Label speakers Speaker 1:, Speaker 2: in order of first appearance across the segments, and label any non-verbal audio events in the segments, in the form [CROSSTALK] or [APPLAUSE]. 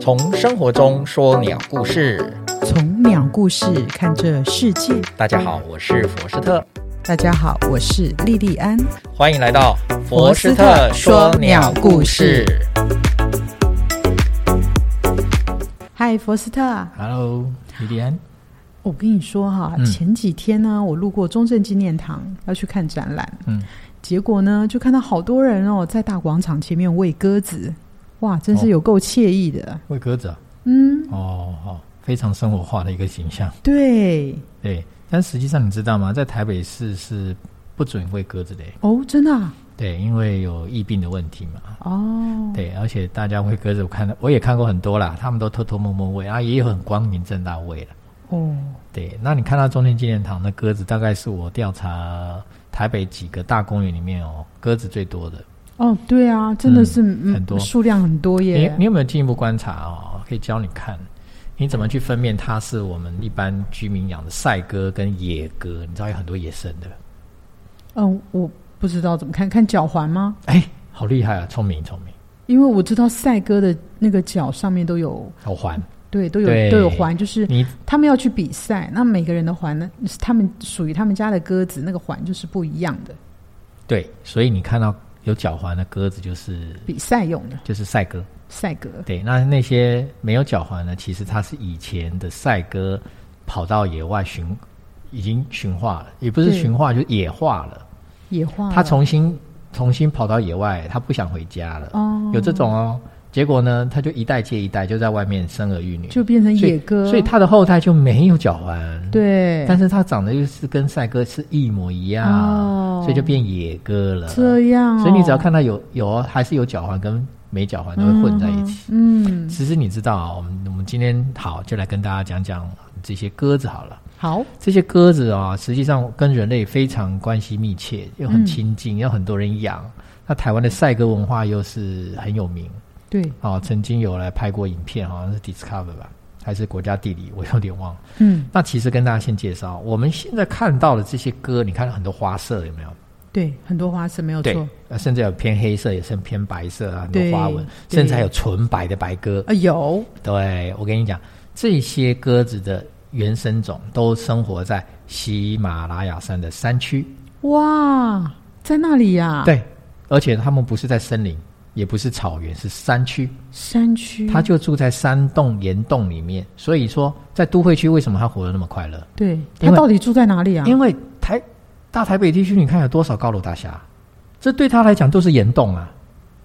Speaker 1: 从生活中说鸟故事。
Speaker 2: 从鸟故事看这世界。
Speaker 1: 大家好，我是佛斯特，
Speaker 2: 大家好，我是莉莉安。
Speaker 1: 欢迎来到
Speaker 2: 佛斯特说鸟故事。嗨，佛斯特啊，
Speaker 1: Hello，莉莉安。
Speaker 2: 我跟你说哈、
Speaker 1: 嗯
Speaker 2: 前几天呢，我路过中正纪念堂要去看展览，
Speaker 1: 嗯，
Speaker 2: 结果呢就看到好多人哦在大广场前面喂鸽子，哇，真
Speaker 1: 哦
Speaker 2: 是有够惬意的。
Speaker 1: 喂鸽子啊、
Speaker 2: 嗯，
Speaker 1: 哦，好、非常生活化的一个形象。
Speaker 2: 对，
Speaker 1: 对，但实际上你知道吗？在台北市是不准喂鸽子的耶。
Speaker 2: 哦，真的啊，
Speaker 1: 对，因为有疫病的问题嘛。
Speaker 2: 哦，
Speaker 1: 对，而且大家喂鸽子，我看到我也看过很多啦，他们都偷偷摸摸喂，啊，也有很光明正大喂了。
Speaker 2: 哦，
Speaker 1: 对，那你看到中正纪念堂的鸽子，大概是我调查台北几个大公园里面哦，鸽子最多的。
Speaker 2: 哦，对啊，真的是、嗯
Speaker 1: 很多
Speaker 2: 数量很多
Speaker 1: 你
Speaker 2: 耶
Speaker 1: 你。有没有进一步观察哦？可以教你看，你怎么去分辨它是我们一般居民养的赛鸽跟野鸽？你知道有很多野生的，
Speaker 2: 嗯，我不知道怎么看，看脚环吗？
Speaker 1: 哎，好厉害啊！聪明聪明，
Speaker 2: 因为我知道赛鸽的那个脚上面都有，
Speaker 1: 好环。
Speaker 2: 对，都有
Speaker 1: 对
Speaker 2: 都有环，就是
Speaker 1: 你
Speaker 2: 他们要去比赛，那每个人的环呢，是他们属于他们家的鸽子，那个环就是不一样的，
Speaker 1: 对，所以你看到有脚环的鸽子就是
Speaker 2: 比赛用的
Speaker 1: 就是赛鸽。
Speaker 2: 赛鸽。
Speaker 1: 对，那那些没有脚环呢，其实它是以前的赛鸽跑到野外驯，已经驯化了，也不是
Speaker 2: 对嗯
Speaker 1: 驯化，就是野化了。
Speaker 2: 野啊化了
Speaker 1: 它重新重新跑到野外，它不想回家了。
Speaker 2: 哦
Speaker 1: 有这种哦。结果呢，它就一代接一代就在外面生儿育女，
Speaker 2: 就变成
Speaker 1: 所以
Speaker 2: 野鸽，
Speaker 1: 所以它的后代就没有脚环。。
Speaker 2: 对
Speaker 1: 但是它长得又是跟赛鸽是一模一样，
Speaker 2: 哦
Speaker 1: 所以就变野鸽了。
Speaker 2: 这样哦、
Speaker 1: 嗯所以你只要看到有有哦还是有脚环跟没脚环都会混在一起。
Speaker 2: 嗯，
Speaker 1: 其实你知道啊，我们我们今天好就来跟大家讲讲这些鸽子好了。
Speaker 2: 好，
Speaker 1: 这些鸽子啊，实际上跟人类非常关系密切，又很亲近，有很多人养。那台湾的赛鸽文化又是很有名
Speaker 2: 对，
Speaker 1: 啊，曾经有来拍过影片，好像是 Discover 吧，还是国家地理，我有点忘了。
Speaker 2: 嗯，
Speaker 1: 那其实跟大家先介绍，我们现在看到的这些鸽，你看到很多花色有没有？
Speaker 2: 对，很多花式没有
Speaker 1: 对
Speaker 2: 错，，
Speaker 1: 呃甚至有偏黑色，也是偏白色啊，很多
Speaker 2: 对
Speaker 1: 花纹，
Speaker 2: 对
Speaker 1: 甚至还有纯白的白鸽。
Speaker 2: 啊，有
Speaker 1: 对，我跟你讲，这些鸽子的原生种都生活在喜马拉雅山的山区。
Speaker 2: 哇，在那里呀、，
Speaker 1: 对，而且它们不是在森林，也不是草原，是山区。
Speaker 2: 山区，
Speaker 1: 它就住在山洞、岩洞里面。所以说，在都会区，为什么它活得那么快乐？
Speaker 2: 对，
Speaker 1: 因
Speaker 2: 他
Speaker 1: 为
Speaker 2: 到底住在哪里啊？
Speaker 1: 因为台大台北地区，你看有多少高楼大厦，啊这对它来讲都是岩洞啊，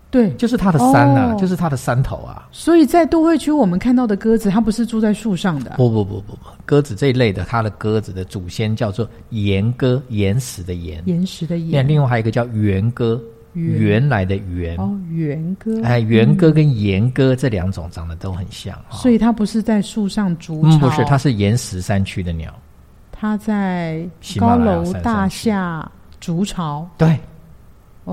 Speaker 2: 对，
Speaker 1: 就是它的山啊，
Speaker 2: 哦
Speaker 1: 就是它的山头啊。
Speaker 2: 所以在都会区，我们看到的鸽子，它不是住在树上的啊、
Speaker 1: 不不不不不，鸽子这一类的，它的鸽子的祖先叫做岩鸽，岩石的岩。
Speaker 2: 岩石的
Speaker 1: 那
Speaker 2: 岩。
Speaker 1: 另外还有一个叫元鸽，
Speaker 2: 元
Speaker 1: 原来的元，
Speaker 2: 哦，圆鸽。
Speaker 1: 哎，元鸽跟岩鸽这两种长得都很像哈。
Speaker 2: 所以它不是在树上筑巢，
Speaker 1: 嗯，不是，它是岩石山区的鸟。
Speaker 2: 它在
Speaker 1: 喜马
Speaker 2: 高
Speaker 1: 拉雅
Speaker 2: 楼
Speaker 1: 山
Speaker 2: 大
Speaker 1: 上去
Speaker 2: 厦筑巢。
Speaker 1: 对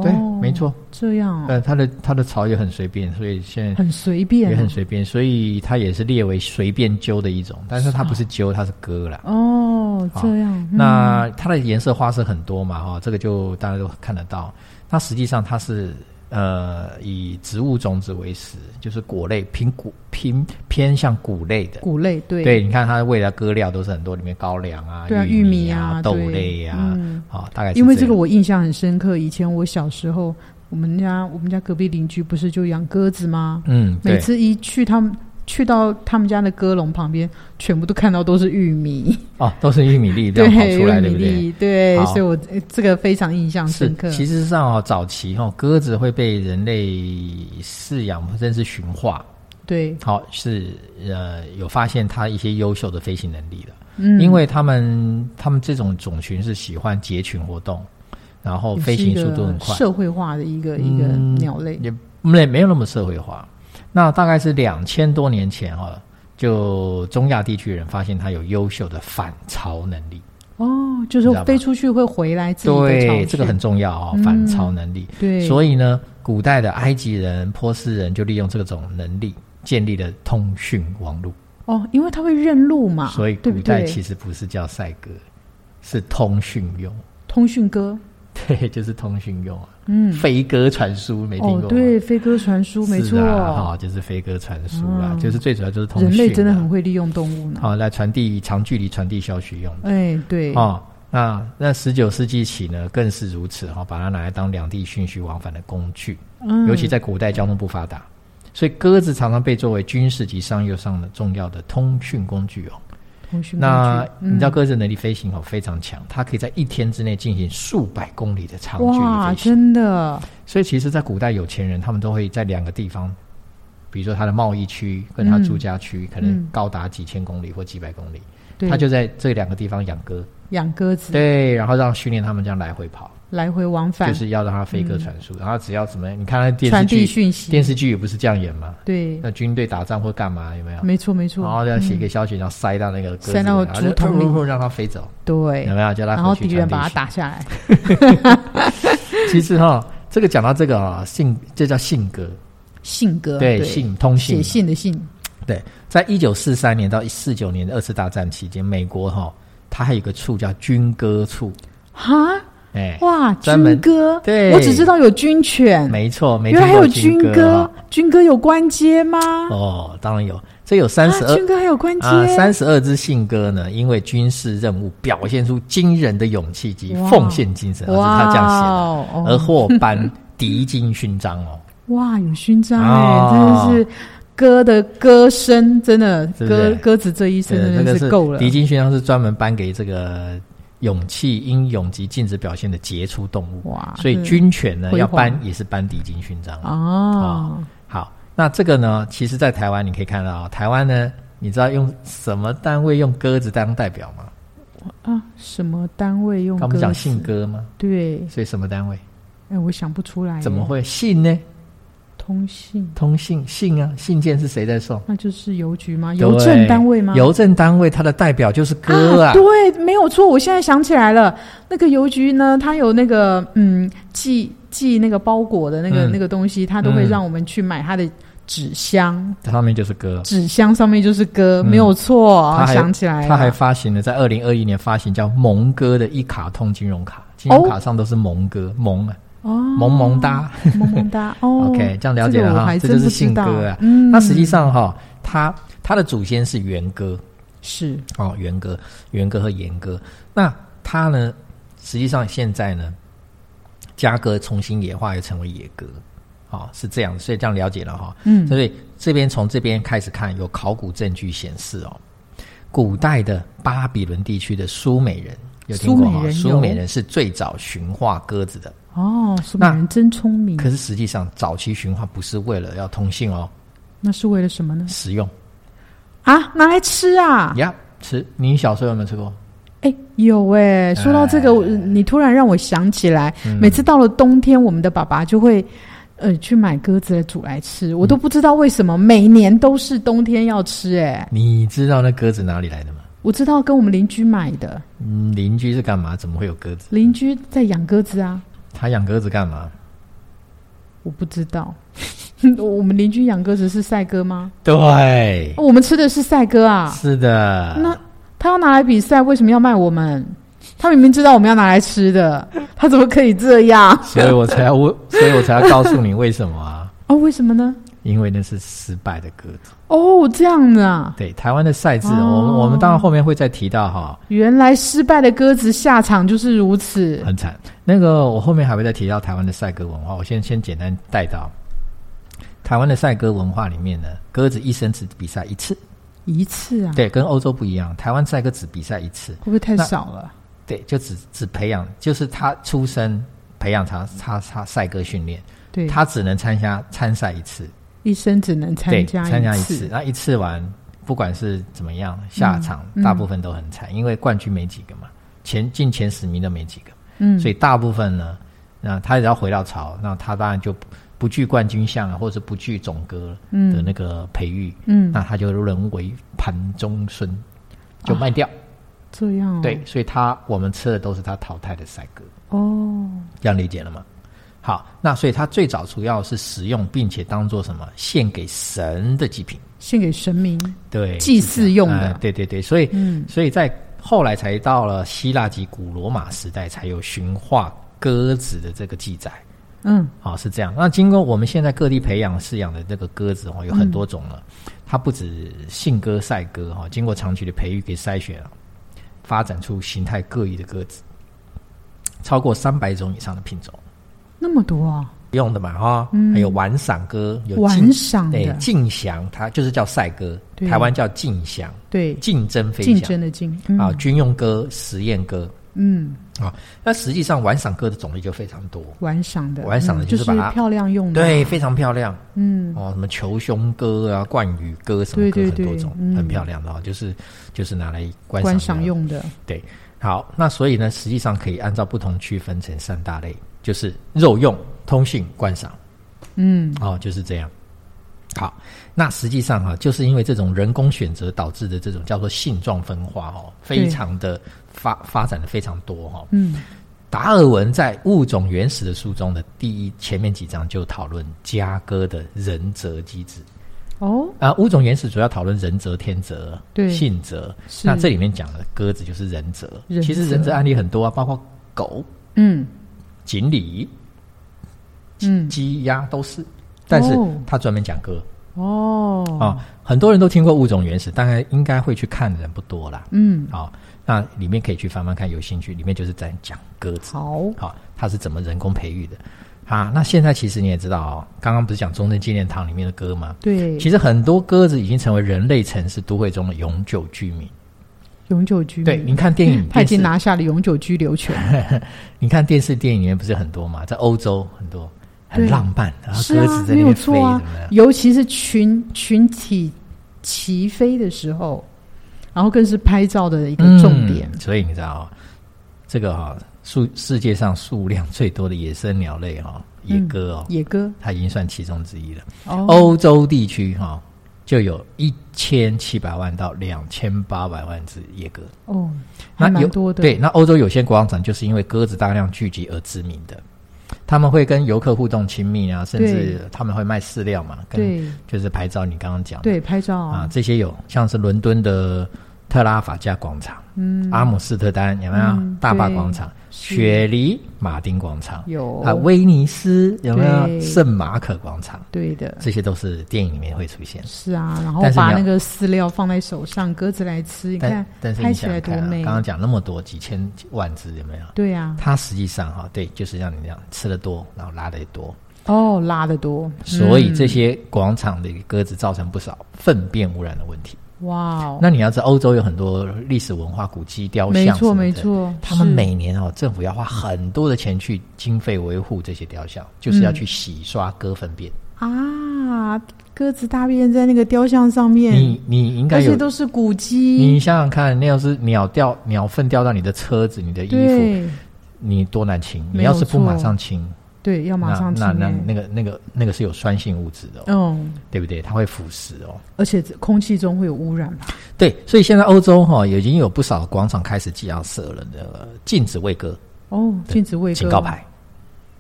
Speaker 1: 对
Speaker 2: 哦，，
Speaker 1: 没，错。
Speaker 2: 这样、哦、
Speaker 1: 呃，它的它的巢也很随便，所以现在
Speaker 2: 很随
Speaker 1: 嗯
Speaker 2: 便
Speaker 1: 也
Speaker 2: 啊、
Speaker 1: 很随便，所以它也是列为随便鸠的一种，但是它不是鸠，它是鸽啦。
Speaker 2: 哦，
Speaker 1: 好
Speaker 2: 这样。嗯
Speaker 1: 那它的颜色花色很多嘛，哈、这个就大家都看得到。那实际上它是呃以植物种子为食，就是果类，偏谷偏偏向谷类的。
Speaker 2: 谷类对
Speaker 1: 对，你看它喂的鸽料都是很多，里面高粱啊、
Speaker 2: 对啊
Speaker 1: 玉
Speaker 2: 玉米
Speaker 1: 啊、
Speaker 2: 啊
Speaker 1: 豆
Speaker 2: 对
Speaker 1: 类啊，
Speaker 2: 嗯
Speaker 1: 好、大概是
Speaker 2: 因为
Speaker 1: 这
Speaker 2: 这个
Speaker 1: 样
Speaker 2: 我印象很深刻。以前我小时候，我们家我们家隔壁邻居不是就养鸽子吗？
Speaker 1: 嗯，
Speaker 2: 每
Speaker 1: 对，
Speaker 2: 次一去他们去到他们家的鸽笼旁边，全部都看到都是玉米。
Speaker 1: 哦，都是玉米粒 [LAUGHS] 这
Speaker 2: 对，
Speaker 1: 样跑出来，
Speaker 2: 玉
Speaker 1: 对
Speaker 2: 米
Speaker 1: 不对？
Speaker 2: 粒，对，
Speaker 1: 好
Speaker 2: 所以我呃这个非常印象
Speaker 1: 是
Speaker 2: 深刻，。
Speaker 1: 其实上哦，早期哦，鸽子会被人类饲养甚至驯化，
Speaker 2: 对，
Speaker 1: 好、是呃有发现它一些优秀的飞行能力的，
Speaker 2: 嗯，
Speaker 1: 因为他们他们这种种群是喜欢结群活动，然后
Speaker 2: 也
Speaker 1: 飞
Speaker 2: 是
Speaker 1: 行
Speaker 2: 一
Speaker 1: 速度
Speaker 2: 个
Speaker 1: 很快，
Speaker 2: 社会化的一个一个
Speaker 1: 嗯
Speaker 2: 鸟类。
Speaker 1: 也没没有那么社会化。那大概是两千多年前哈、哦，就中亚地区人发现它有优秀的反潮能力，
Speaker 2: 哦，就是
Speaker 1: 你知道吗
Speaker 2: 飞出去会回来自己的巢
Speaker 1: 嗯对，这个
Speaker 2: 穴
Speaker 1: 很重要哦，
Speaker 2: 嗯
Speaker 1: 反潮能力。
Speaker 2: 对，以
Speaker 1: 所以呢，古代的埃及人、波斯人就利用这种能力建立了通讯网络。
Speaker 2: 哦，因为它会认路嘛，
Speaker 1: 所以
Speaker 2: 啊对不
Speaker 1: 古代
Speaker 2: 对？
Speaker 1: 其实不是叫赛鸽，是通讯用。 [LAUGHS]
Speaker 2: 通讯鸽
Speaker 1: 对，就是通讯用啊，
Speaker 2: 嗯，
Speaker 1: 飞鸽传书没听过
Speaker 2: 哦
Speaker 1: 吗？，
Speaker 2: 对，飞鸽传书没
Speaker 1: 是
Speaker 2: 错，
Speaker 1: 啊，哈、就是飞鸽传书啦，
Speaker 2: 嗯
Speaker 1: 就是最主要就是通讯、啊，
Speaker 2: 人类真的很会利用动物呢。
Speaker 1: 好、来传递长距离传递消息用的
Speaker 2: 哎，对，
Speaker 1: 哦。那那十九世纪起呢，更是如此哈、把它拿来当两地讯息往返的工具，
Speaker 2: 嗯，
Speaker 1: 尤其在古代交通不发达，所以鸽子常常被作为军事及商业上的重要的通讯工具哦。
Speaker 2: 通讯
Speaker 1: 那
Speaker 2: 工具
Speaker 1: 你知道
Speaker 2: 嗯
Speaker 1: 鸽子能力飞行哦非常强，它可以在一天之内进行数百公里的长距离
Speaker 2: 哇，
Speaker 1: 飞行。
Speaker 2: 真的，
Speaker 1: 所以其实，在古代有钱人他们都会在两个地方，比如说他的贸易区跟他住家区，可能
Speaker 2: 嗯
Speaker 1: 高达几千公里或几百公里，
Speaker 2: 对，
Speaker 1: 他就在这两个地方养鸽，
Speaker 2: 养鸽子，
Speaker 1: 对，然后让训练他们这样来回跑，
Speaker 2: 来回往返
Speaker 1: 就，是要让它飞鸽传书。然后只要怎么，你看那电视
Speaker 2: 嗯传递
Speaker 1: 剧，
Speaker 2: 讯息，
Speaker 1: 电视剧也不是这样演嘛，
Speaker 2: 对，
Speaker 1: 那军队打仗或干嘛有没有？
Speaker 2: 没错没
Speaker 1: 然
Speaker 2: 错，
Speaker 1: 后要写一个消息，然后塞到那个鸽子里，
Speaker 2: 塞到
Speaker 1: 然后就呃
Speaker 2: 竹筒里
Speaker 1: 砰砰砰让它飞走。
Speaker 2: 嗯对
Speaker 1: 有，没有叫他
Speaker 2: 然后
Speaker 1: 回去
Speaker 2: 敌人
Speaker 1: 传
Speaker 2: 把它
Speaker 1: 递
Speaker 2: 打下来，
Speaker 1: 讯？其实哈，这个讲到这个啊，性这叫性格，
Speaker 2: 信鸽，
Speaker 1: 对
Speaker 2: 对，
Speaker 1: 性通
Speaker 2: 写
Speaker 1: 信。
Speaker 2: 信的信，
Speaker 1: 在一九四三年到四九年的二次大战期间，美国哈它还有一个处叫军歌处，
Speaker 2: 哈，
Speaker 1: 哎，
Speaker 2: 哇，
Speaker 1: 专门
Speaker 2: 军歌，
Speaker 1: 对
Speaker 2: 我只知道有军犬，
Speaker 1: 没错，没
Speaker 2: 原来还
Speaker 1: 听过
Speaker 2: 有
Speaker 1: 歌
Speaker 2: 军歌，军歌有关街吗
Speaker 1: 哦？哦，当然有，这有三
Speaker 2: 啊
Speaker 1: 十，二
Speaker 2: 军歌还有关街，
Speaker 1: 啊，三十二支信鸽呢，因为军事任务表现出惊人的勇气及
Speaker 2: 哇
Speaker 1: 奉献精神，而是他这样写的，
Speaker 2: 哇哦
Speaker 1: 而获颁敌金勋章哦。
Speaker 2: 哇，有勋章哎、
Speaker 1: 哦
Speaker 2: 真的是歌的歌声，真的
Speaker 1: 对不
Speaker 2: 歌
Speaker 1: 对
Speaker 2: 歌子这一生
Speaker 1: 对，那
Speaker 2: [LAUGHS] 真
Speaker 1: 个
Speaker 2: 的
Speaker 1: 是
Speaker 2: 够了。
Speaker 1: 狄金勋章是专门颁给这个勇气、英勇及尽职表现的杰出动物，
Speaker 2: 哇，
Speaker 1: 所以
Speaker 2: 真的
Speaker 1: 军犬呢
Speaker 2: 啊辉
Speaker 1: 要
Speaker 2: 煌
Speaker 1: 颁也是颁狄金勋章。
Speaker 2: 哦，
Speaker 1: 好，那这个呢，其实在台湾你可以看到啊，台湾呢，你知道用什么单位用鸽子当代表吗？
Speaker 2: 啊，什么单位用
Speaker 1: 刚
Speaker 2: 歌
Speaker 1: 不
Speaker 2: 词？
Speaker 1: 是讲信鸽吗？
Speaker 2: 对，
Speaker 1: 所以什么单位？
Speaker 2: 哎、我想不出来，
Speaker 1: 怎么会信呢？
Speaker 2: 通信？
Speaker 1: 通信信啊，信件是谁在送？
Speaker 2: 那就是邮局吗？邮政单位吗？
Speaker 1: 邮政单位它的代表就是鸽
Speaker 2: 啊，对，没有错。我现在想起来了，那个邮局呢，它有那个嗯，寄寄那个包裹的那个、
Speaker 1: 嗯
Speaker 2: 那个东西，它都会
Speaker 1: 嗯
Speaker 2: 让我们去买它的纸箱，
Speaker 1: 上面就是鸽。
Speaker 2: 纸箱上面就是歌，
Speaker 1: 嗯
Speaker 2: 没有错
Speaker 1: 他，还
Speaker 2: 想起来了，
Speaker 1: 他还发行了在二零二一年发行叫蒙哥的一卡通金融卡，金融卡上都是蒙哥、蒙啊
Speaker 2: 哦，
Speaker 1: 萌萌哒。
Speaker 2: 萌萌哒
Speaker 1: [LAUGHS]
Speaker 2: 哦
Speaker 1: OK，这样了解了
Speaker 2: 这个我
Speaker 1: 哈，
Speaker 2: 还
Speaker 1: 这
Speaker 2: 真
Speaker 1: 就是
Speaker 2: 不知
Speaker 1: 信
Speaker 2: 道
Speaker 1: 鸽啊。
Speaker 2: 嗯，
Speaker 1: 那实际上哈，他他的祖先是元歌
Speaker 2: 是
Speaker 1: 哦，元歌、元歌和严歌。那他呢，实际上现在呢，嘉歌重新野化，又成为野歌，哦，是这样，所以这样了解了哈。
Speaker 2: 嗯
Speaker 1: 所以这边从这边开始看，有考古证据显示哦，古代的巴比伦地区的苏美人有听过
Speaker 2: 苏美
Speaker 1: 哈，
Speaker 2: 人
Speaker 1: 苏
Speaker 2: 有
Speaker 1: 美人是最早驯化鸽子的，
Speaker 2: 哦，苏美人真聪明，
Speaker 1: 可是实际上早期驯化不是为了要通信哦，
Speaker 2: 那是为了什么呢？
Speaker 1: 食用
Speaker 2: 啊，拿来吃啊！
Speaker 1: 呀吃。你小时候有没有吃过？
Speaker 2: 哎，有哎，说到这个，我你突然让我想起来，
Speaker 1: 嗯
Speaker 2: 每次到了冬天，我们的爸爸就会。呃，去买鸽子来煮来吃，我都不知道为什么每年都是冬天要吃、哎，
Speaker 1: 你知道那鸽子哪里来的吗？
Speaker 2: 我知道跟我们邻居买的，
Speaker 1: 嗯，邻居是干嘛？怎么会有鸽子？
Speaker 2: 邻居在养鸽子啊。
Speaker 1: 他养鸽子干嘛？
Speaker 2: 我不知道， [LAUGHS] 我们邻居养鸽子是赛鸽吗？哦
Speaker 1: 对，
Speaker 2: 我们吃的是赛鸽啊，
Speaker 1: 是的。
Speaker 2: 那他要拿来比赛，为什么要卖我们？他明明知道我们要拿来吃的，他怎么可以这样？
Speaker 1: 所以我才要问，所以我才要告诉你为什么啊？
Speaker 2: 哦，为什么呢？
Speaker 1: 因为那是失败的鸽子。
Speaker 2: 哦，这样子啊，
Speaker 1: 对台湾的赛制，
Speaker 2: 哦
Speaker 1: 我们我们当然后面会再提到哈，
Speaker 2: 原来失败的鸽子下场就是如此。
Speaker 1: 很惨。那个我后面还会再提到台湾的赛鸽文化，我先先简单带到台湾的赛鸽文化里面呢，鸽子一生只比赛一次，
Speaker 2: 一次啊，
Speaker 1: 对，跟欧洲不一样，台湾赛鸽只比赛一次
Speaker 2: 会，不会太
Speaker 1: 那
Speaker 2: 少了？
Speaker 1: 对，就只只培养，就是他出生培养他他他赛鸽训练，
Speaker 2: 对，
Speaker 1: 他只能参加参赛一次，
Speaker 2: 一生只能参
Speaker 1: 对，
Speaker 2: 加
Speaker 1: 参加一次
Speaker 2: 次，。
Speaker 1: 那一次完，不管是怎么样，下场
Speaker 2: 嗯
Speaker 1: 大部分都很惨，因为冠军没几个嘛，前进前十名都没几个。
Speaker 2: 嗯，
Speaker 1: 所以大部分呢，那他只要回到巢，那他当然就不不具冠军相啊，或者是不具种鸽的那个培育，
Speaker 2: 嗯，
Speaker 1: 那他就沦为盘中孙，就卖掉。
Speaker 2: 这啊样、哦、
Speaker 1: 对，所以他我们吃的都是他淘汰的赛鸽，
Speaker 2: 哦，
Speaker 1: 这样理解了吗？好，那所以他最早主要是食用，并且当做什么献给神的祭品，
Speaker 2: 献给神明
Speaker 1: 对，
Speaker 2: 祭祀用
Speaker 1: 哎
Speaker 2: 的。
Speaker 1: 对对对，所以
Speaker 2: 嗯
Speaker 1: 所以在后来才到了希腊及古罗马时代，才有驯化鸽子的这个记载。
Speaker 2: 嗯
Speaker 1: 好、是这样。那经过我们现在各地培养饲养的这个鸽子哦，有很多种了。它不止性鸽、赛鸽哈，经过长期的培育给筛选了，发展出形态各异的鸽子，超过三百种以上的品种
Speaker 2: 那么多啊，
Speaker 1: 用的嘛哈。
Speaker 2: 嗯
Speaker 1: 还有玩赏鸽，有
Speaker 2: 玩
Speaker 1: 竞
Speaker 2: 赏
Speaker 1: 对
Speaker 2: 的，
Speaker 1: 竞翔，它就是叫赛鸽，
Speaker 2: 对
Speaker 1: 台湾叫竞翔，
Speaker 2: 对，
Speaker 1: 竞争飞
Speaker 2: 竞
Speaker 1: 翔
Speaker 2: 争的竞，嗯
Speaker 1: 啊，军用鸽、实验鸽
Speaker 2: 嗯，
Speaker 1: 啊。那实际上玩赏鸽的种类就非常多，
Speaker 2: 玩赏的，
Speaker 1: 玩赏的
Speaker 2: 嗯
Speaker 1: 就
Speaker 2: 就是是
Speaker 1: 把它
Speaker 2: 漂亮用的，，
Speaker 1: 对，非常漂亮。
Speaker 2: 嗯，
Speaker 1: 哦，什么球胸鸽啊、冠羽鸽什么鸽
Speaker 2: 对对
Speaker 1: 很多
Speaker 2: 对
Speaker 1: 种，
Speaker 2: 嗯
Speaker 1: 很漂亮的哦，就是就是拿来观赏
Speaker 2: 观
Speaker 1: 的
Speaker 2: 赏。用的，
Speaker 1: 好，那所以呢，实际上可以按照不同区分成三大类，就是肉用、通信、观赏
Speaker 2: 嗯
Speaker 1: 哦，就是这样。好，那实际上哈、就是因为这种人工选择导致的这种叫做性状分化哦，非
Speaker 2: 对
Speaker 1: 常的发发展的非常多哈、哦。
Speaker 2: 嗯
Speaker 1: 达尔文在《物种原始》的书中的第一前面几章就讨论家鸽的人择机制。
Speaker 2: 哦，
Speaker 1: 啊，物种原始主要讨论人择、天择、
Speaker 2: 对
Speaker 1: 性择。
Speaker 2: 是
Speaker 1: 那这里面讲的鸽子就是人择，
Speaker 2: 人
Speaker 1: 其实
Speaker 2: 择
Speaker 1: 人择案例很多啊，包括狗、
Speaker 2: 嗯
Speaker 1: 锦鲤、
Speaker 2: 嗯
Speaker 1: 鸡、鸭都是。但是
Speaker 2: 哦
Speaker 1: 他专门讲鸽啊、
Speaker 2: 哦，
Speaker 1: 很多人都听过物种原始，大概应该会去看的人不多啦。
Speaker 2: 嗯
Speaker 1: 啊、那里面可以去翻翻看，有兴趣，里面就是在讲鸽子。
Speaker 2: 好，
Speaker 1: 好、它是怎么人工培育的？啊，那现在其实你也知道哦，刚刚不是讲中正纪念堂里面的鸽吗？
Speaker 2: 对，
Speaker 1: 其实很多鸽子已经成为人类城市都会中的永久居民。
Speaker 2: 永久居民，
Speaker 1: 对，你看
Speaker 2: [LAUGHS]
Speaker 1: 电影、
Speaker 2: 他已
Speaker 1: 电
Speaker 2: 经
Speaker 1: 视，
Speaker 2: 拿下了永久居留权，
Speaker 1: [LAUGHS] 你看电视、电影里面不是很多嘛？在欧洲很多，很
Speaker 2: 对
Speaker 1: 浪漫，然后
Speaker 2: 是
Speaker 1: 鸽
Speaker 2: 啊
Speaker 1: 子在那
Speaker 2: 没有
Speaker 1: 边飞，怎
Speaker 2: 错啊
Speaker 1: 么样？
Speaker 2: 尤其是群群体齐飞的时候，然后更是拍照的一个重点。
Speaker 1: 嗯所以你知道、哦，这个哈、数世界上数量最多的野生鸟类哈、野
Speaker 2: 嗯
Speaker 1: 鸽哦，
Speaker 2: 野哥
Speaker 1: 它已经算其中之一了。
Speaker 2: 哦，
Speaker 1: 欧洲地区哈、就有一千七百万到两千八百万只野鸽，
Speaker 2: 哦，
Speaker 1: 那
Speaker 2: 还
Speaker 1: 有
Speaker 2: 蛮多的，
Speaker 1: 对，那欧洲有些广场就是因为鸽子大量聚集而知名的，他们会跟游客互动亲密啊，甚至他们会卖饲料嘛，跟
Speaker 2: 对
Speaker 1: 就是拍照。你刚刚讲的
Speaker 2: 对，拍照
Speaker 1: 啊，，这些有像是伦敦的特拉法加广场、
Speaker 2: 嗯，
Speaker 1: 阿姆斯特丹有没有、
Speaker 2: 嗯
Speaker 1: 大坝
Speaker 2: 对
Speaker 1: 广场、
Speaker 2: 是
Speaker 1: 雪梨马丁广场
Speaker 2: 有
Speaker 1: 啊、威尼斯有没有
Speaker 2: 对
Speaker 1: 圣马可广场？
Speaker 2: 对的，
Speaker 1: 这些都是电影里面会出现的。
Speaker 2: 是啊，然后
Speaker 1: 但是你
Speaker 2: 把
Speaker 1: 要
Speaker 2: 那个饲料放在手上，鸽子来吃，你
Speaker 1: 但
Speaker 2: 看
Speaker 1: 但是
Speaker 2: 拍
Speaker 1: 你
Speaker 2: 起
Speaker 1: 想
Speaker 2: 来
Speaker 1: 想
Speaker 2: 多
Speaker 1: 看、啊，
Speaker 2: 美
Speaker 1: 刚，刚讲那么多几千万只有没有？
Speaker 2: 对啊，
Speaker 1: 它实际上哈、对，就是像你这样吃的多，然后拉的也多，
Speaker 2: 哦，拉的多，
Speaker 1: 所以这
Speaker 2: 嗯
Speaker 1: 些广场的鸽子造成不少粪便污染的问题。
Speaker 2: 哇哦，
Speaker 1: 那你要知道，欧洲有很多历史文化古迹、雕像
Speaker 2: 没
Speaker 1: 什
Speaker 2: 错
Speaker 1: 么的
Speaker 2: 没，错，
Speaker 1: 他们
Speaker 2: 是
Speaker 1: 每年哦，政府要花很多的钱去经费维护这些雕像，就是要去洗刷鸽粪便。
Speaker 2: 啊，鸽子大便在那个雕像上面，
Speaker 1: 你你应该
Speaker 2: 而
Speaker 1: 有
Speaker 2: 且，都嗯是古
Speaker 1: 你
Speaker 2: 迹，
Speaker 1: 想想看，那要是鸟掉鸟粪掉到你的车子、你的衣服，
Speaker 2: 对
Speaker 1: 你多难清！你
Speaker 2: 没有
Speaker 1: 要是不
Speaker 2: 错
Speaker 1: 马上清，
Speaker 2: 对，要马上清
Speaker 1: 那那那
Speaker 2: 欸
Speaker 1: 那个那个那个是有酸性物质的、哦。
Speaker 2: 嗯，
Speaker 1: 对不对？它会腐蚀哦。
Speaker 2: 而且空气中会有污染吧？
Speaker 1: 对，所以现在欧洲哈、已经有不少广场开始既要设了那个禁止喂鸽
Speaker 2: 哦，禁止喂鸽
Speaker 1: 警告牌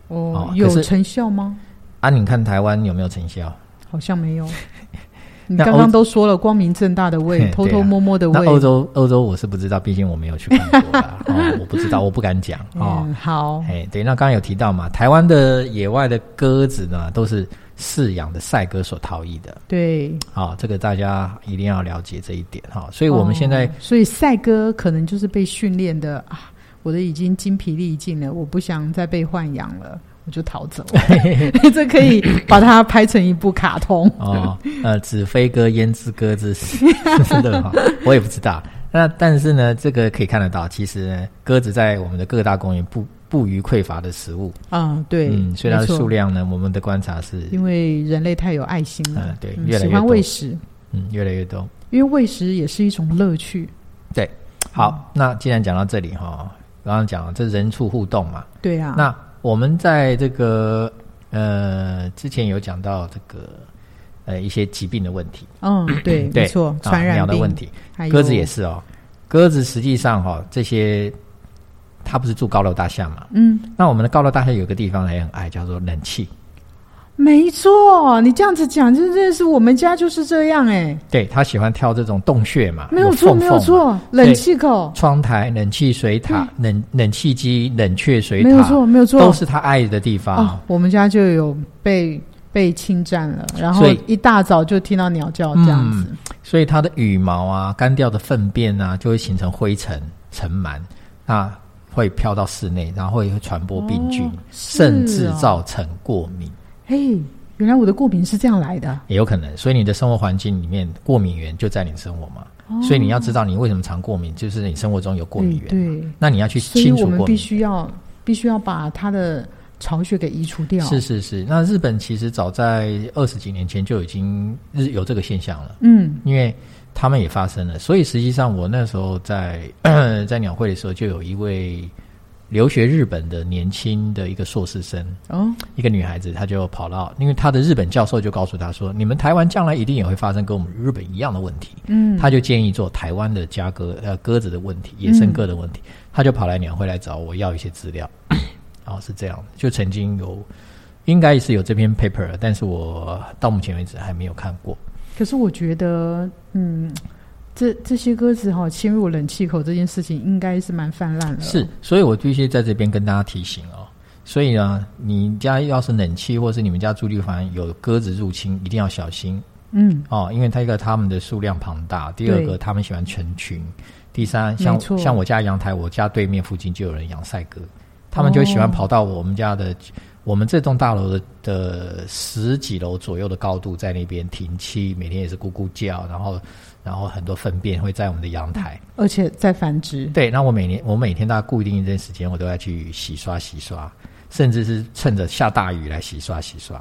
Speaker 1: 哦
Speaker 2: 哦，
Speaker 1: 可
Speaker 2: 有
Speaker 1: 是
Speaker 2: 成效吗？
Speaker 1: 啊。你看台湾有没有成效？
Speaker 2: 好像
Speaker 1: [LAUGHS]
Speaker 2: 没有。你
Speaker 1: 那
Speaker 2: 刚
Speaker 1: 欧
Speaker 2: 刚都说了，光明正大的
Speaker 1: 嘿
Speaker 2: 喂，偷
Speaker 1: [LAUGHS] 对
Speaker 2: 偷
Speaker 1: 啊
Speaker 2: 摸摸的
Speaker 1: 那
Speaker 2: 喂。
Speaker 1: 欧洲欧洲我是不知道，毕竟我没有去看过啦。 [LAUGHS] 哦，我不知道，我不敢讲哦
Speaker 2: 嗯，。好，
Speaker 1: 哎、对，那刚刚有提到嘛，台湾的野外的鸽子呢，都是饲养的赛鸽所逃逸的
Speaker 2: 对，
Speaker 1: 啊、这个大家一定要了解这一点哈、所以我们现在、
Speaker 2: 哦所以赛鸽可能就是被训练的啊，我的已经精疲力尽了，我不想再被豢养了，我就逃走。
Speaker 1: [LAUGHS]
Speaker 2: 这可以把它拍成一部卡通。
Speaker 1: 哦，呃，子飞鸽、焉知鸽之事， [LAUGHS] 真的哈，我也不知道。那但是呢，这个可以看得到，其实呢鸽子在我们的各大公园不不虞匮乏的食物。
Speaker 2: 嗯，对，
Speaker 1: 嗯，所以它的
Speaker 2: 没错
Speaker 1: 数量呢，我们的观察是，
Speaker 2: 因为人类太有爱心了，
Speaker 1: 嗯对
Speaker 2: 嗯
Speaker 1: 越来越
Speaker 2: 喜欢
Speaker 1: 多
Speaker 2: 喂食，
Speaker 1: 嗯，越来越多。
Speaker 2: 因为喂食也是一种乐趣。
Speaker 1: 对，好，那既然讲到这里哈、刚刚讲了这人畜互动嘛，
Speaker 2: 对啊，
Speaker 1: 那我们在这个呃之前有讲到这个呃一些疾病的问题，
Speaker 2: 嗯，对，
Speaker 1: 对
Speaker 2: 没错，
Speaker 1: 啊
Speaker 2: 传染
Speaker 1: 鸟的
Speaker 2: 病哎
Speaker 1: 问，题，
Speaker 2: 还有
Speaker 1: 鸽子也，是哦，鸽子实际上哈、哦，这些它不是住高楼大厦嘛？
Speaker 2: 嗯，
Speaker 1: 那我们的高楼大厦有个地方也很爱，叫做冷气。
Speaker 2: 没错，你这样子讲，真的是我们家就是这样哎、
Speaker 1: 对他喜欢挑这种洞穴嘛，
Speaker 2: 没有错，
Speaker 1: 缝
Speaker 2: 没
Speaker 1: 缝
Speaker 2: 有
Speaker 1: 嘛，
Speaker 2: 错，冷气口，
Speaker 1: 窗台、冷气水塔、冷冷气机、冷却水塔，
Speaker 2: 没有错，没有错，
Speaker 1: 都是他爱的地
Speaker 2: 哦
Speaker 1: 方。，
Speaker 2: 我们家就有被被侵占了，然后
Speaker 1: 所以嗯
Speaker 2: 一大早就听到鸟叫这样子，
Speaker 1: 所以它的羽毛啊、干掉的粪便啊，就会形成灰尘、尘螨，那会飘到室内，然后也会传播病菌，
Speaker 2: 哦是
Speaker 1: 甚至
Speaker 2: 哦
Speaker 1: 造成过敏，
Speaker 2: 嘿，原来我的过敏是这样来的，
Speaker 1: 也有可能。所以你的生活环境里面，过敏源就在你生活嘛。
Speaker 2: 哦
Speaker 1: 所以你要知道你为什么常过敏，就是你生活中有过敏
Speaker 2: 对
Speaker 1: 源嘛。
Speaker 2: 对，
Speaker 1: 那你要去
Speaker 2: 所以
Speaker 1: 清
Speaker 2: 我
Speaker 1: 除
Speaker 2: 们
Speaker 1: 过
Speaker 2: 必
Speaker 1: 敏。
Speaker 2: 须要必须要把它的巢穴给移除掉，
Speaker 1: 是是是，那日本其实早在二十几年前就已经日有这个现象了，
Speaker 2: 嗯，
Speaker 1: 因为他们也发生了，所以实际上我那时候在 [CLEARS THROAT] 在鸟会的时候，就有一位留学日本的年轻的一个硕士生，
Speaker 2: 哦，
Speaker 1: 一个女孩子，她就跑到，因为她的日本教授就告诉她说，你们台湾将来一定也会发生跟我们日本一样的问题，
Speaker 2: 嗯，
Speaker 1: 她就建议做台湾的家鸽呃鸽子的问题，野生鸽的问题，她就跑来鸟会来找我要一些资料， [CLEARS THROAT] 然后是这样的，就曾经有应该是有这篇 paper，但是我到目前为止还没有看过。
Speaker 2: 可是我觉得，嗯，这这些鸽子哈、侵入冷气口这件事情，应该是蛮泛滥了。
Speaker 1: 是，，所以我必须在这边跟大家提醒哦。所以呢，你家要是冷气或是你们家住地房有鸽子入侵，一定要小心
Speaker 2: 嗯，
Speaker 1: 哦，因为它一个它们的数量庞大，第二
Speaker 2: 对
Speaker 1: 个它们喜欢成群，第三像
Speaker 2: 没错
Speaker 1: 像我家阳台，我家对面附近就有人养赛鸽，他们就喜欢
Speaker 2: 哦
Speaker 1: 跑到我们家的、我们这栋大楼的的十几楼左右的高度，在那边停栖，每天也是咕咕叫，然后然后很多粪便会在我们的阳台。
Speaker 2: 而且在繁殖，
Speaker 1: 对，那我每年我每天大概固定一段时间，我都要去洗刷洗刷，甚至是趁着下大雨来洗刷洗刷。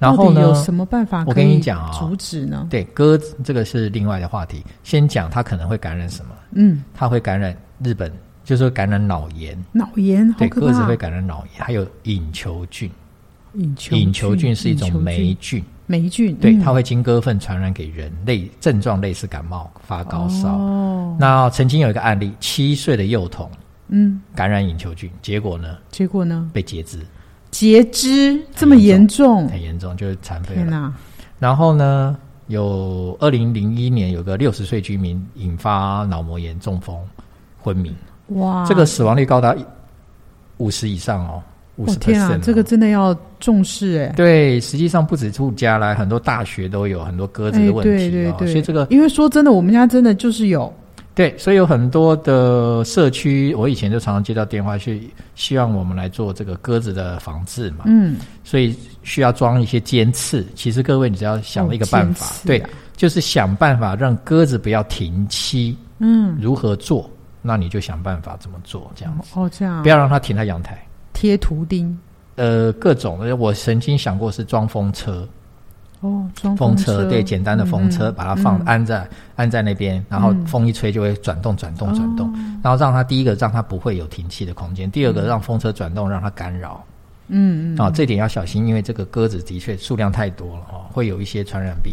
Speaker 1: 然后
Speaker 2: 到底
Speaker 1: 呢
Speaker 2: 有，什么办法
Speaker 1: 我
Speaker 2: 可
Speaker 1: 跟你
Speaker 2: 以
Speaker 1: 讲啊
Speaker 2: 阻止呢？
Speaker 1: 对鸽子这个是另外的话题，先讲它可能会感染什么？
Speaker 2: 嗯，
Speaker 1: 它会感染日本，就是会感染脑炎，
Speaker 2: 脑炎好
Speaker 1: 对，
Speaker 2: 可
Speaker 1: 鸽子
Speaker 2: 怕
Speaker 1: 会。感染脑炎，还有隐球菌。
Speaker 2: 隐球
Speaker 1: 隐球菌是一
Speaker 2: 隐
Speaker 1: 种
Speaker 2: 球
Speaker 1: 霉
Speaker 2: 菌
Speaker 1: 菌，
Speaker 2: 霉菌，
Speaker 1: 对，
Speaker 2: 嗯
Speaker 1: 它会经鸽粪传染给人类，症状类似感冒、发高烧。
Speaker 2: 哦，
Speaker 1: 那曾经有一个案例，七岁的幼童
Speaker 2: 嗯，
Speaker 1: 感染隐球菌，结果呢
Speaker 2: 结果呢？
Speaker 1: 被截肢。
Speaker 2: 截肢这么严重，
Speaker 1: 很严重，就是残废
Speaker 2: 嗯天
Speaker 1: 了。
Speaker 2: 哪！
Speaker 1: 然后呢，有二零零一年有个六十岁居民引发脑膜炎、中风、昏迷，
Speaker 2: 哇，
Speaker 1: 这个死亡率高达五十以上哦，五
Speaker 2: 我
Speaker 1: 十
Speaker 2: 天啊，这个真的要重视哎。
Speaker 1: 对，实际上不止住家啦，很多大学都有很多鸽子的问题、哦
Speaker 2: 哎对对对，
Speaker 1: 所以这个
Speaker 2: 因为说真的，我们家真的就是有，
Speaker 1: 对，所以有很多的社区，我以前就常常接到电话去希望我们来做这个鸽子的防治嘛，
Speaker 2: 嗯，
Speaker 1: 所以需要装一些尖刺。其实各位，你只要想了一个
Speaker 2: 哦
Speaker 1: 办法，
Speaker 2: 尖刺
Speaker 1: 对
Speaker 2: 啊，
Speaker 1: 就是想办法让鸽子不要停栖。
Speaker 2: 嗯，
Speaker 1: 如何做，那你就想办法怎么做，这样子，
Speaker 2: 哦这样，
Speaker 1: 不要让它停在阳台。
Speaker 2: 贴图钉
Speaker 1: 呃，各种，呃我曾经想过是装风车，
Speaker 2: 哦，装
Speaker 1: 风
Speaker 2: 车
Speaker 1: 对，简单的风车，
Speaker 2: 嗯
Speaker 1: 把它放
Speaker 2: 嗯
Speaker 1: 安在安在那边，然后
Speaker 2: 嗯哦
Speaker 1: 风一吹就会转动转动转动，然后让它第一个让它不会有停气的空间，第二个让风车转动让它干扰，
Speaker 2: 嗯嗯，
Speaker 1: 啊，这点要小心，因为这个鸽子的确数量太多了哦，会有一些传染病。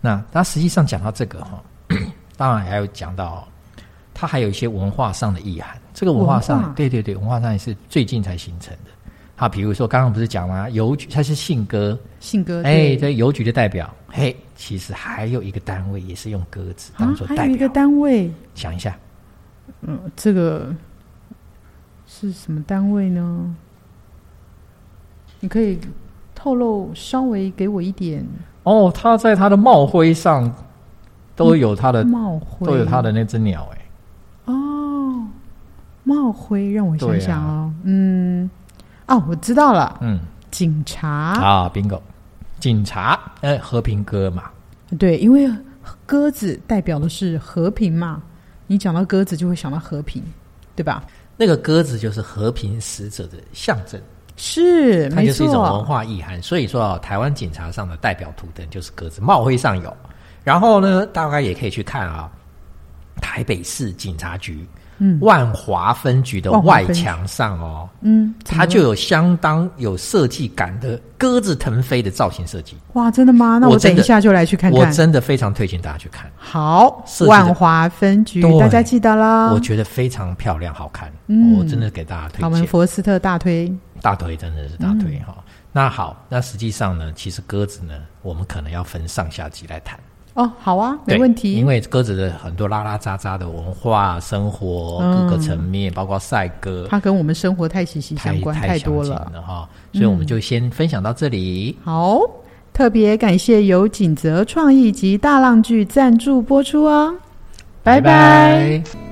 Speaker 1: 那它实际上讲到这个哈、当然还有讲到、哦，它还有一些文化上的意涵。这个文化上，
Speaker 2: 文化
Speaker 1: 对对对，文化上也是最近才形成的。好，比如说刚刚不是讲吗？邮局它是信鸽，
Speaker 2: 信鸽
Speaker 1: 哎，
Speaker 2: 对
Speaker 1: 对，邮局的代表。嘿，其实还有一个单位也是用鸽子当
Speaker 2: 啊，
Speaker 1: 做代
Speaker 2: 还有一
Speaker 1: 表。
Speaker 2: 个单位，
Speaker 1: 想一下，
Speaker 2: 嗯，这个是什么单位呢？你可以透露稍微给我一点
Speaker 1: 哦，它在它的帽徽上都有它的、
Speaker 2: 帽
Speaker 1: 呃
Speaker 2: 徽，
Speaker 1: 都有它的那只鸟，哎，
Speaker 2: 哦，帽徽，让我想
Speaker 1: 对啊
Speaker 2: 想哦，嗯，哦，我知道了，
Speaker 1: 嗯。
Speaker 2: 警察，
Speaker 1: 啊，bingo，警察，呃，和平鸽嘛，
Speaker 2: 对，因为鸽子代表的是和平嘛，你讲到鸽子就会想到和平，对吧？
Speaker 1: 那个鸽子就是和平使者的象征，
Speaker 2: 是，
Speaker 1: 它
Speaker 2: 没
Speaker 1: 就是一种哦文
Speaker 2: 错，
Speaker 1: 化意涵。所以说啊，台湾警察上的代表图腾就是鸽子，帽徽上有。然后呢，大概也可以去看啊，台北市警察局，
Speaker 2: 嗯
Speaker 1: 万华分局的
Speaker 2: 万华
Speaker 1: 外
Speaker 2: 分局
Speaker 1: 墙上哦，
Speaker 2: 嗯，怎么
Speaker 1: 它就有相当有设计感的鸽子腾飞的造型设计。
Speaker 2: 哇，真的吗？那
Speaker 1: 我
Speaker 2: 我
Speaker 1: 真
Speaker 2: 等
Speaker 1: 的
Speaker 2: 一下就来去看
Speaker 1: 我
Speaker 2: 看。
Speaker 1: 真的非常推荐大家去看，
Speaker 2: 好
Speaker 1: 设计，的
Speaker 2: 万华分局
Speaker 1: 对，
Speaker 2: 大家记得啦
Speaker 1: 我。觉得非常漂亮好看，
Speaker 2: 啊嗯
Speaker 1: 我真的给大家推
Speaker 2: 好我嗯
Speaker 1: 荐
Speaker 2: 们。佛斯特大推，
Speaker 1: 大腿真的是大腿哈、那好，那实际上呢，其实鸽子呢，我们可能要分上下级来谈。
Speaker 2: 哦，好啊，没
Speaker 1: 对
Speaker 2: 问题。
Speaker 1: 因为鸽子的很多拉拉杂杂的文化、生活
Speaker 2: 嗯
Speaker 1: 各个层面，包括赛鸽，
Speaker 2: 它跟我们生活太息息
Speaker 1: 太
Speaker 2: 相关，
Speaker 1: 太
Speaker 2: 多
Speaker 1: 详
Speaker 2: 了嗯
Speaker 1: 尽。哈。所以我们就先分享到这里。
Speaker 2: 好，特别感谢由锦泽创意及大浪剧赞助播出哦，拜拜
Speaker 1: 拜